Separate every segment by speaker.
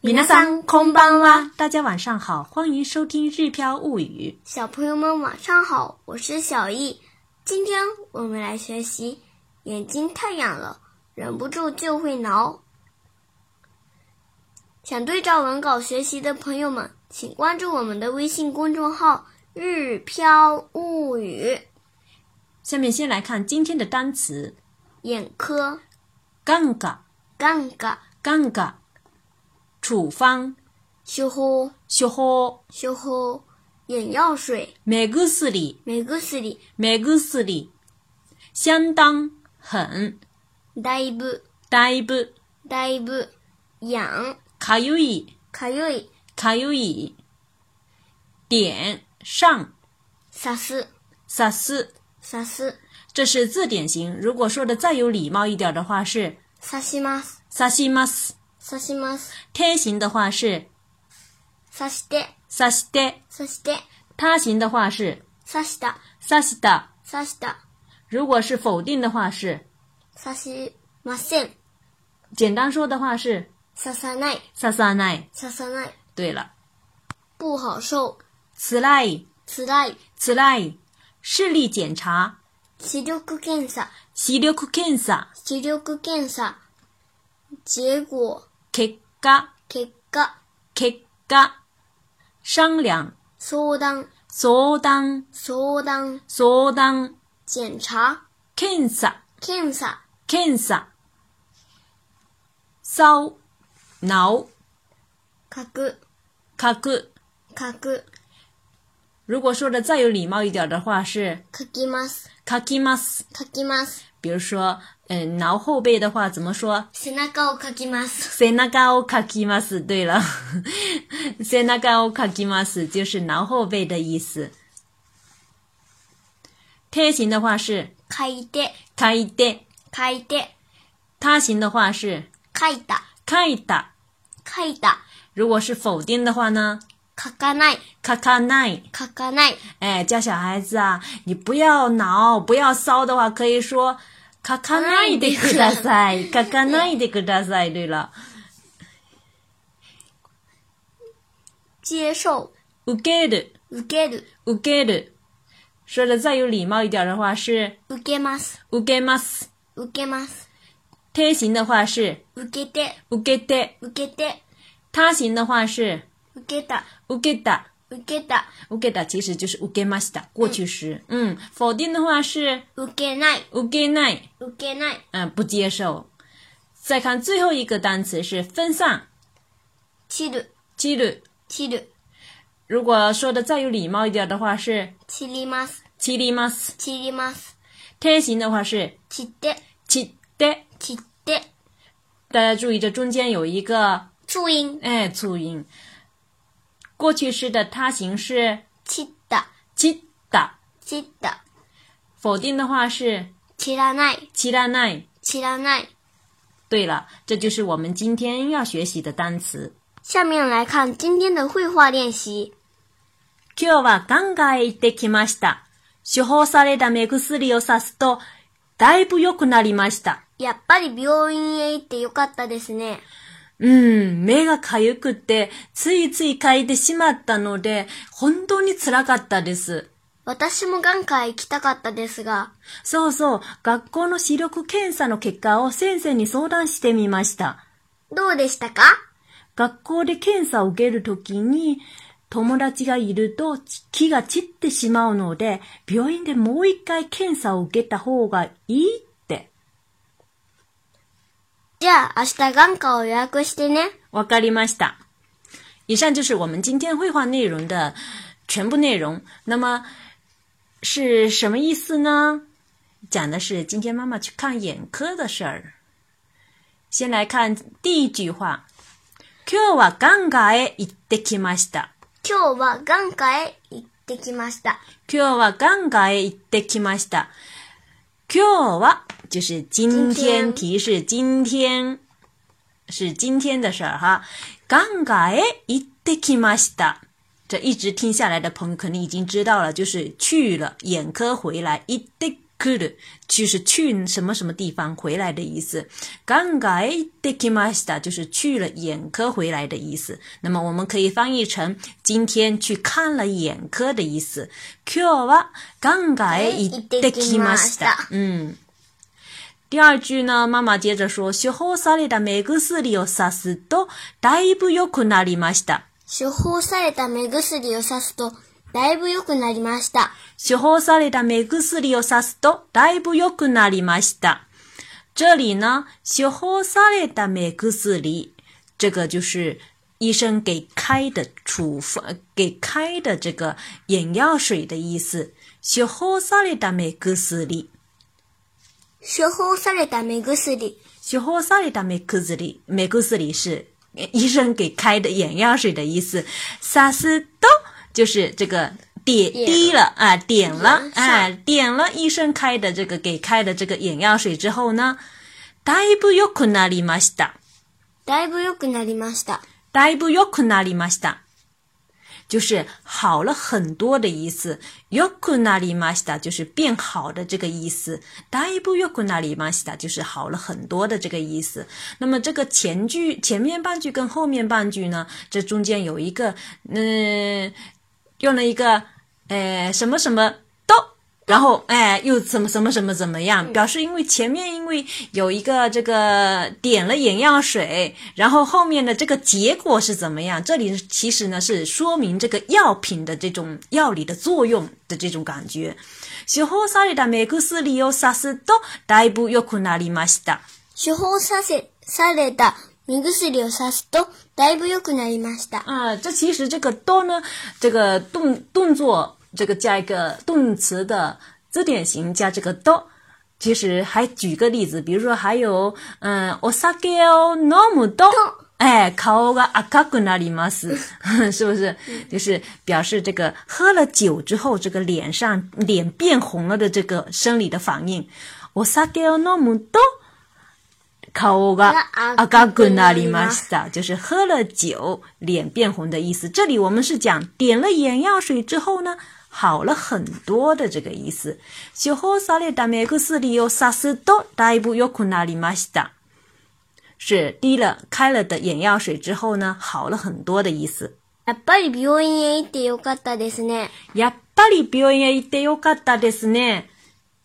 Speaker 1: 皆さんこんばんは，大家晚上好，欢迎收听《日飘物语》。
Speaker 2: 小朋友们晚上好，我是小易。今天我们来学习眼睛太痒了，忍不住就会挠。想对照文稿学习的朋友们，请关注我们的微信公众号“日飘物语
Speaker 1: 下面先来看今天的单词：”。
Speaker 2: 眼科
Speaker 1: 尴尬，
Speaker 2: 尴尬，
Speaker 1: 尴尬。处方：
Speaker 2: 修护
Speaker 1: 処方、
Speaker 2: 修护，眼药水
Speaker 1: 目薬、
Speaker 2: 目薬，
Speaker 1: 目薬。相当很、
Speaker 2: だいぶ
Speaker 1: だいぶ、
Speaker 2: だいぶ痒，
Speaker 1: かゆい、
Speaker 2: かゆい，
Speaker 1: かゆい。点上、
Speaker 2: 刺す
Speaker 1: さす。
Speaker 2: 刺す
Speaker 1: 这是字典型。如果说的再有礼貌一点的话是
Speaker 2: 刺します
Speaker 1: さします。
Speaker 2: 刺します
Speaker 1: 天形的话是
Speaker 2: 刺して
Speaker 1: さして，
Speaker 2: 刺して
Speaker 1: 他形的话是
Speaker 2: 刺した
Speaker 1: さした。
Speaker 2: 刺した
Speaker 1: 如果是否定的话是，
Speaker 2: 刺しません
Speaker 1: 简单说的话是
Speaker 2: 刺さない
Speaker 1: ささない。
Speaker 2: 刺さない
Speaker 1: 对了，
Speaker 2: 不好受
Speaker 1: つらい
Speaker 2: つらい
Speaker 1: つらい。视力检查
Speaker 2: 視力検査
Speaker 1: 視力検査
Speaker 2: 視力検査结果
Speaker 1: 結果
Speaker 2: 結果
Speaker 1: 結果。商量
Speaker 2: 相談
Speaker 1: 相談
Speaker 2: 相談
Speaker 1: 相談。
Speaker 2: 检查
Speaker 1: 検査
Speaker 2: 検査
Speaker 1: 検査。搔挠
Speaker 2: 書く
Speaker 1: 書く。
Speaker 2: 書く
Speaker 1: 如果说的再有礼貌一点的话是
Speaker 2: 書きます
Speaker 1: 書きます。
Speaker 2: 書きます
Speaker 1: 比如说，嗯，挠后背的话怎么说？
Speaker 2: 背中を書きます
Speaker 1: 背中をかきます。对了， 背中をかきます就是挠后背的意思。贴形的话是
Speaker 2: 書いて
Speaker 1: 書いて，
Speaker 2: 書いて
Speaker 1: 他形的话是
Speaker 2: 書いた
Speaker 1: 書いた。
Speaker 2: 書いた
Speaker 1: 如果是否定的话呢，
Speaker 2: 書かない
Speaker 1: 書かない。
Speaker 2: 書かない
Speaker 1: 哎，教小孩子啊，你不要挠，不要搔的话，可以说“かかないでください”，“かかないでください”。对了，
Speaker 2: 接受
Speaker 1: 受ける。
Speaker 2: 受ける
Speaker 1: 受ける。说的再有礼貌一点的话是
Speaker 2: 受けます
Speaker 1: 受けます。
Speaker 2: 受けます
Speaker 1: 贴形的话是
Speaker 2: 受けて
Speaker 1: 受けて，
Speaker 2: 受けて
Speaker 1: 他形的话是
Speaker 2: 受けた
Speaker 1: 受けた。
Speaker 2: 受けた
Speaker 1: 受けた其实就是受けました，过去时。嗯，否定的话是
Speaker 2: 受けない
Speaker 1: 受けない，
Speaker 2: 受けない
Speaker 1: 嗯，不接受。再看最后一个单词是分散，
Speaker 2: 散る
Speaker 1: 散る。
Speaker 2: 散る
Speaker 1: 如果说的再有礼貌一点的话是
Speaker 2: 散ります
Speaker 1: 散ります。
Speaker 2: 散ります
Speaker 1: 贴形的话是
Speaker 2: 散って
Speaker 1: 散って。
Speaker 2: 散って
Speaker 1: 大家注意，这中间有一个
Speaker 2: 注音
Speaker 1: 哎，促音。过去式的他形是
Speaker 2: 散った
Speaker 1: 切的，
Speaker 2: 散った
Speaker 1: 否定的话是
Speaker 2: 散らない
Speaker 1: 切らない。
Speaker 2: 散らない
Speaker 1: 对了，这就是我们今天要学习的单词。
Speaker 2: 下面来看今天的绘画练习
Speaker 1: 今日はガンガン行ってきました。処方された目薬を刺すと、だいぶ良くなりました。
Speaker 2: やっぱり病院へ行ってよかったですね
Speaker 1: うん、目がかゆくて、ついつい嗅いでしまったので、本当に辛かったです。
Speaker 2: 私も眼科へ行きたかったですが、
Speaker 1: そうそう、学校の視力検査の結果を先生に相談してみました。
Speaker 2: どうでしたか
Speaker 1: 学校で検査を受けるときに、友達がいると気が散ってしまうので、病院でもう一回検査を受けた方がいいって。
Speaker 2: じゃあ明日眼科を予約してね。
Speaker 1: わかりました。以上就是我们今天绘画内容的全部内容。那么是什么意思呢？讲的是今天妈妈去看眼科的事儿。先来看第一句话：今日は眼科へ行ってきました。
Speaker 2: 今日は眼科へ行ってきました。
Speaker 1: 今日は眼科へ行ってきました。今日は就是今天，
Speaker 2: 今天
Speaker 1: 提示今天是今天的事儿哈。哎眼科へ行ってきました。这一直听下来的朋友肯定已经知道了，就是去了眼科回来，行って来る就是去什么什么地方回来的意思。刚哎改できました就是去了眼科回来的意思。那么我们可以翻译成今天去看了眼科的意思。今日は刚哎改できました。嗯。第二句呢，妈妈接着说，処方された目薬をさすとだいぶ良くなりました。
Speaker 2: 処方された目薬を刺すと、だいぶ良くなりました。
Speaker 1: 処方された目薬を刺すとだいぶ良くなりました。这里呢，処方された目薬，这个就是医生给开的处方，给开的这个眼药水的意思。処方された目薬，
Speaker 2: 処方された目薬。
Speaker 1: 処方された目薬，目薬是医生给开的眼药水的意思。刺すと就是这个点
Speaker 2: 点
Speaker 1: 滴了啊，点了
Speaker 2: 点上
Speaker 1: 啊，点了医生开的这个给开的这个眼药水之后呢，だいぶ良くなりました。
Speaker 2: だいぶ良くなりました。
Speaker 1: だいぶ良くなりました。就是好了很多的意思。良くなりました就是变好的这个意思。だいぶ良くなりました就是好了很多的这个意思。那么这个前句前面半句跟后面半句呢，这中间有一个嗯、用了一个呃什么什么都，然后哎又怎么什么什么怎么样，表示因为前面因为有一个这个点了眼药水，然后后面的这个结果是怎么样？这里其实呢是说明这个药品的这种药理的作用的这种感觉。処方された目薬をさすとだいぶ良くなりました。
Speaker 2: 処方させ、された目薬を刺すと、だいぶ良くなりました。
Speaker 1: 啊，这其实这个都呢，这个动动作，这个加一个动词的字典型加这个都。其实还举个例子，比如说还有，嗯，お酒を飲むと，哎，顔が赤くなります， 是不是？就是表示这个喝了酒之后，这个脸上脸变红了的这个生理的反应。お酒を飲むと。顔が赤くなりました，就是喝了酒脸变红的意思。这里我们是讲点了眼药水之后呢，好了很多的这个意思。処方された目薬をさすとだいぶ良くなりました，是滴了开了的眼药水之后呢，好了很多的意思。
Speaker 2: やっぱり病院へ行ってよかったですね。
Speaker 1: やっぱり病院へ行ってよかったですね。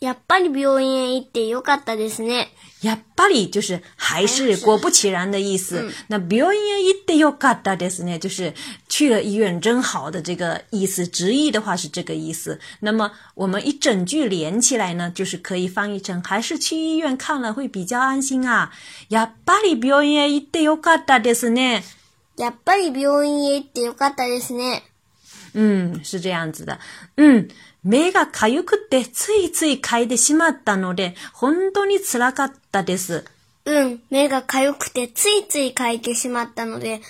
Speaker 2: やっぱり病院へ行ってよかったですね。
Speaker 1: やっぱり就是还是嗯果不其然的意思。那病院へ行ってよかったですね，就是去了医院真好的这个意思。直译的话是这个意思。那么我们一整句连起来呢，就是可以翻译成还是去医院看了会比较安心啊。やっぱり病院へ行ってよかったですね。
Speaker 2: やっぱり病院へ行ってよかったですね。
Speaker 1: 嗯，是这样子的。嗯，目がかゆくてついつい嗅いでしまったので、本当に辛かったです。
Speaker 2: うん、目が痒くてついつい書いてしまったので、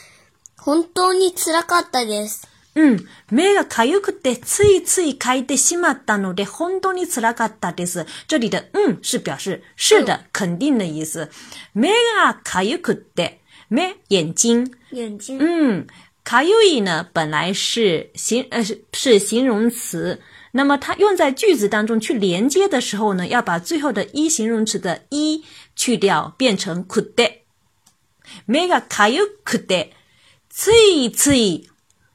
Speaker 2: 本当に辛かったです。
Speaker 1: うん。目が痒くてついつい書いてしまったので、本当に辛かったです。这里的嗯是表示是的、肯定的意思。目が痒くて，目眼睛，
Speaker 2: 眼睛。
Speaker 1: 嗯，卡ゆい呢本来是形呃是是形容词，那么它用在句子当中去连接的时候呢，要把最后的一形容词的一去掉，变成くて。目がかゆくてついつい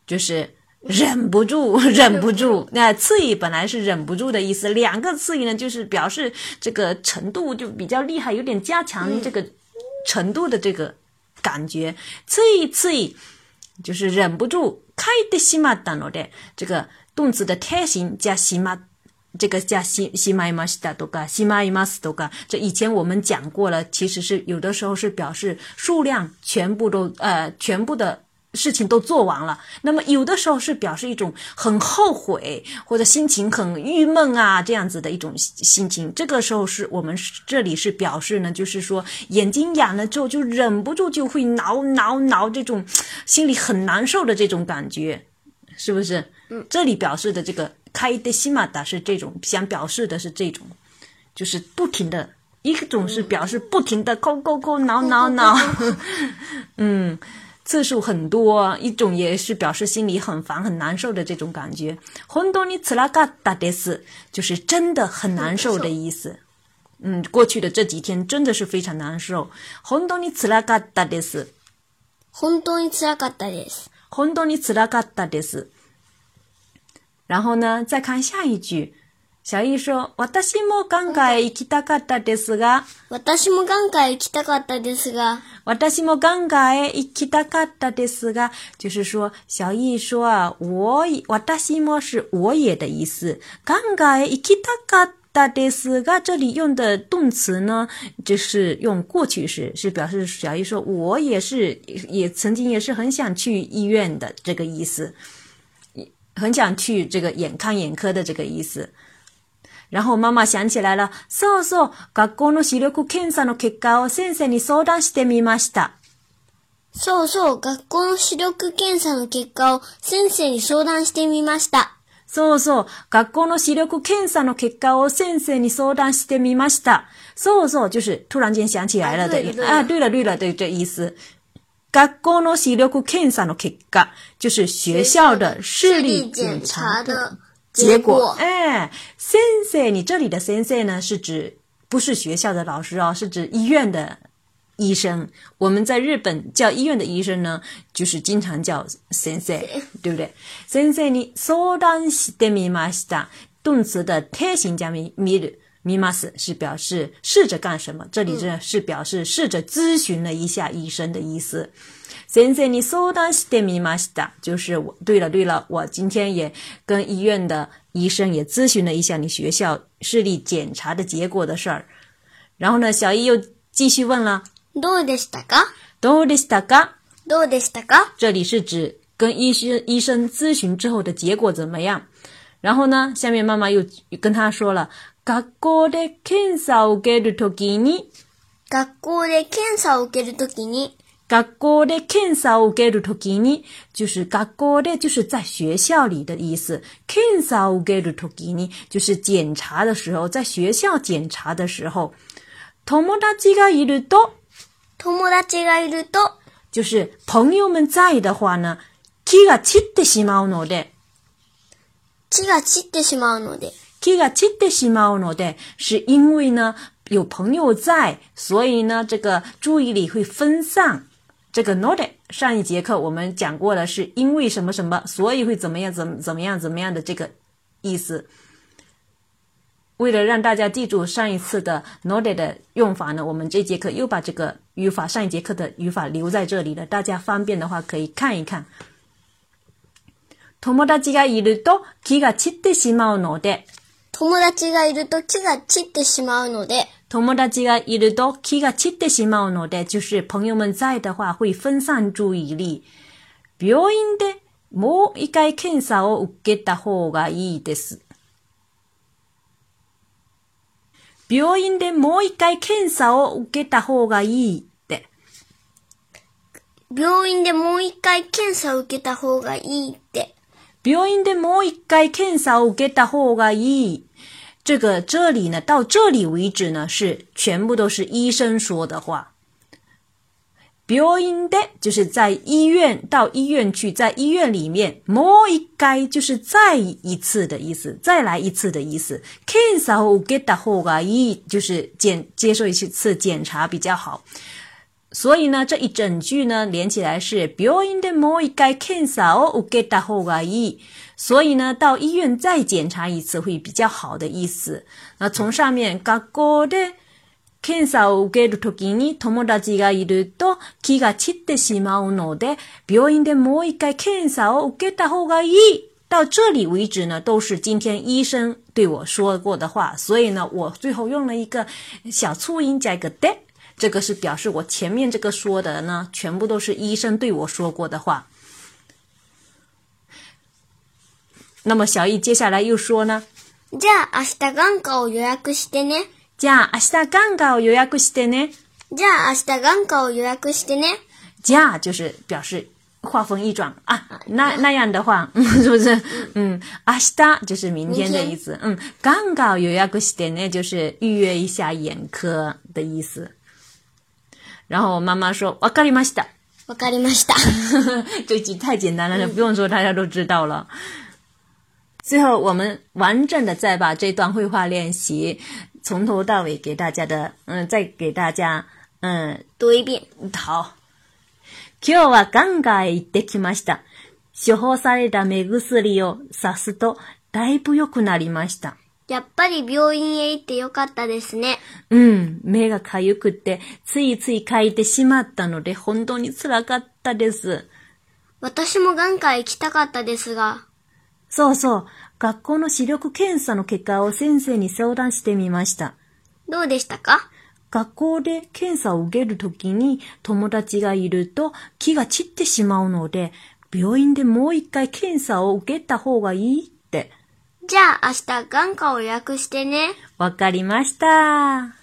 Speaker 1: 就是忍不住， 忍不住。那刺激本来是忍不住的意思，两个刺激呢，就是表示这个程度就比较厉害，有点加强这个程度的这个感觉。刺激刺激就是忍不住。开的西马达诺的这个动词的泰形加西马。这个加西西马伊马西达多嘎西马伊马斯多嘎，这以前我们讲过了，其实是有的时候是表示数量全部都呃全部的事情都做完了，那么有的时候是表示一种很后悔或者心情很郁闷啊这样子的一种心心情。这个时候是我们是这里是表示呢，就是说眼睛痒了之后就忍不住就会挠挠挠这种心里很难受的这种感觉。是不是？嗯，这里表示的这个开的西马达是这种，想表示的是这种，就是不停的， 一种是表示不停的抠抠抠、挠挠挠，嗯，次数很多，一种也是表示心里很烦、很难受的这种感觉。本当に辛かったです，就是真的很难受的意思。嗯，过去的这几天真的是非常难受。本当に辛かったです。
Speaker 2: 本当に辛かったです。
Speaker 1: 本当に辛かったです。然后呢，再看下一句，小易说：“私も今回行きたかったですが、
Speaker 2: 私も眼科へ行きたかったですが、
Speaker 1: 私も今回行きたかったですが，就是说，小易说啊，我也私も是我也的意思。今回行きたかったですが，这里用的动词呢，就是用过去式，是表示小易说我也是，也曾经也是很想去医院的这个意思。很想去这个眼看眼科的这个意思。然后妈妈想起来了，そうそう、学校の視力検査の結果を先生に相談してみました。
Speaker 2: そうそう、学校の視力検査の結果を先生に相談してみました。
Speaker 1: そうそう、学校の視力検査の結果を先生に相談してみました。そうそう，就是突然间想起来了
Speaker 2: 啊
Speaker 1: 的
Speaker 2: 对了
Speaker 1: 意
Speaker 2: 对了
Speaker 1: 啊，对了对了，对这意思。学校の視力検査の結果就是学校的视力检查的结果。哎，先生，你这里的先生呢，是指不是学校的老师哦，是指医院的医生。我们在日本叫医院的医生呢，就是经常叫先生，对不对？先生に相談してみました。动词的贴形加みみる。みます是表示试着干什么，这里这是表示试着咨询了一下医生的意思。先生に相談してみました，就是我对了对了，我今天也跟医院的医生也咨询了一下你学校视力检查的结果的事儿。然后呢，小易又继续问了，
Speaker 2: どうでしたか
Speaker 1: どうでしたか？
Speaker 2: どうでしたか
Speaker 1: 这里是指跟医师医生咨询之后的结果怎么样。然后呢，下面妈妈又跟他说了，学校で検査を受けるときに、
Speaker 2: 学校で検査を受けるときに、
Speaker 1: 学校で検査を受けるときに，就是学校で就是在学校里的意思。検査を受けるときに就是检查的时候，在学校检查的时候。友達がいると
Speaker 2: 友達がいると、
Speaker 1: 就是朋友们在的话呢，気が散ってしまうので。
Speaker 2: 血が散ってしまうので、
Speaker 1: 気が散ってしまうので，是因为呢有朋友在，所以呢这个注意力会分散。这个 n o d 上一节课我们讲过了，是因为什么什么，所以会怎么样，怎么怎么样，怎么样的这个意思。为了让大家记住上一次的 n o d 的用法呢，我们这节课又把这个语法上一节课的语法留在这里了，大家方便的话可以看一看。友達がいると気が散ってしまうので。
Speaker 2: 友達がいると血が散ってしまうので、
Speaker 1: 友達がいると気が散ってしまうので、就是朋友们在的话会分散注意力。病院でもう一回検査を受けた方がいいです。病院でもう一回検査を受けた方がいいって。
Speaker 2: 病院でもう一回検査を受けた方がいいって。
Speaker 1: 病院でもう一回検査を受けた方がいい。这个这里呢，到这里为止呢，是全部都是医生说的话。病院で就是在医院，到医院去，在医院里面，もう一回就是再一次的意思，再来一次的意思。検査を受けた方がいい就是检接受一次检查比较好。所以呢，这一整句呢连起来是病院でもう一回検査を受けた方がいい。所以呢，到医院再检查一次会比较好的意思。那从上面学校で検査を受けるときに友達がいると気が散ってしまうので、病院でもう一回検査を受けた方がいい。到这里为止呢，都是今天医生对我说过的话，所以呢，我最后用了一个小促音加一个で，这个是表示我前面这个说的呢，全部都是医生对我说过的话。那么小易接下来又说呢，
Speaker 2: じゃあ明日眼科を予約してね。
Speaker 1: じゃあ明日眼科を予約してね。
Speaker 2: じゃあ明日眼科を予約してね。
Speaker 1: 家就是表示话锋一转啊，那那样的话， 嗯，是不是？嗯，明日就是明天的意思。嗯，刚刚有要个点呢，就是预约一下眼科的意思。然后妈妈说，わかりました。
Speaker 2: わかりました。
Speaker 1: 这集太简单了，不用说，大家都知道了。最后，我们完整的再把这段绘画练习从头到尾给大家的，嗯，再给大家，嗯，
Speaker 2: 读一遍。
Speaker 1: 好。今日はガンガン行ってきました。処方された目薬を刺すとだいぶ良くなりました。
Speaker 2: やっぱり病院へ行ってよかったですね。
Speaker 1: うん、目がかゆくて、ついつい書いてしまったので、本当に辛かったです。
Speaker 2: 私も眼科へ行きたかったですが、
Speaker 1: そうそう、学校の視力検査の結果を先生に相談してみました。
Speaker 2: どうでしたか
Speaker 1: 学校で検査を受けるときに友達がいると気が散ってしまうので、病院でもう一回検査を受けた方がいいって。
Speaker 2: じゃあ明日眼科を予約してね。
Speaker 1: わかりました。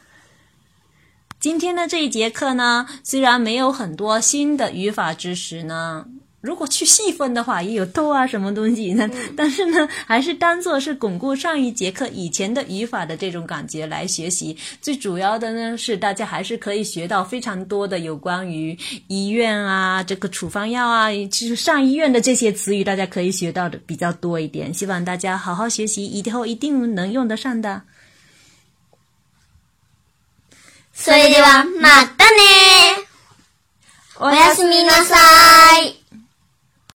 Speaker 1: 今天的这一节课呢，虽然没有很多新的语法知识呢，如果去细分的话，也有逗啊什么东西呢，但是呢，还是当做是巩固上一节课以前的语法的这种感觉来学习。最主要的呢是，大家还是可以学到非常多的有关于医院啊、这个处方药啊，就是上医院的这些词语，大家可以学到的比较多一点。希望大家好好学习，以后一定能用得上的。
Speaker 2: それでは、またねおやすみなさい